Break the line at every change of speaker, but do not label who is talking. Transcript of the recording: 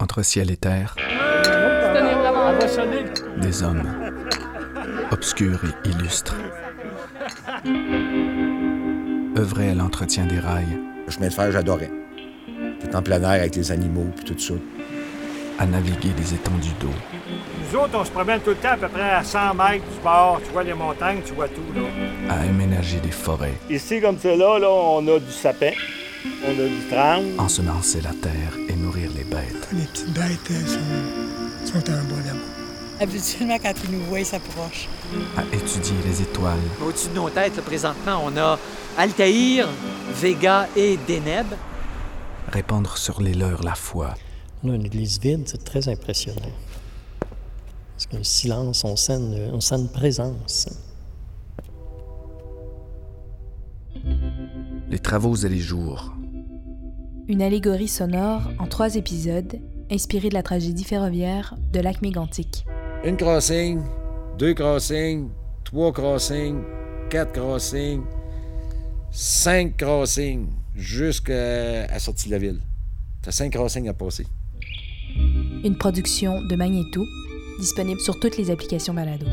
entre ciel et terre, des hommes, obscurs et illustres, œuvraient à l'entretien des rails,
chemin de fer, j'adorais. Tout en plein air avec les animaux, puis tout ça.
à naviguer des étendues d'eau,
Nous autres, on se promène tout le temps à peu près à 100 mètres du bord. Tu vois les montagnes, tu vois tout, là.
à aménager des forêts,
Ici, comme cela, là, on a du sapin, on a du tram.
ensemencer la terre et nourrir les bêtes.
Les petites bêtes euh, sont, sont en bas là-bas.
Habituellement, quand ils nous voient, ils s'approchent.
à étudier les étoiles,
Au-dessus de nos têtes, là, présentement, on a Altaïr, Vega et Deneb.
répandre sur les leurs la foi,
On a une église vide, c'est très impressionnant. Parce qu'un silence, on sent une, on sent une présence. hein.
les travaux et les jours,
Une allégorie sonore en trois épisodes, inspirée de la tragédie ferroviaire de lac mégantique.
Une crossing, deux crossings, trois crossings, quatre crossings, cinq crossings, jusqu'à la sortie de la ville. T'as cinq crossings à passer.
Une production de Magneto, disponible sur toutes les applications balado.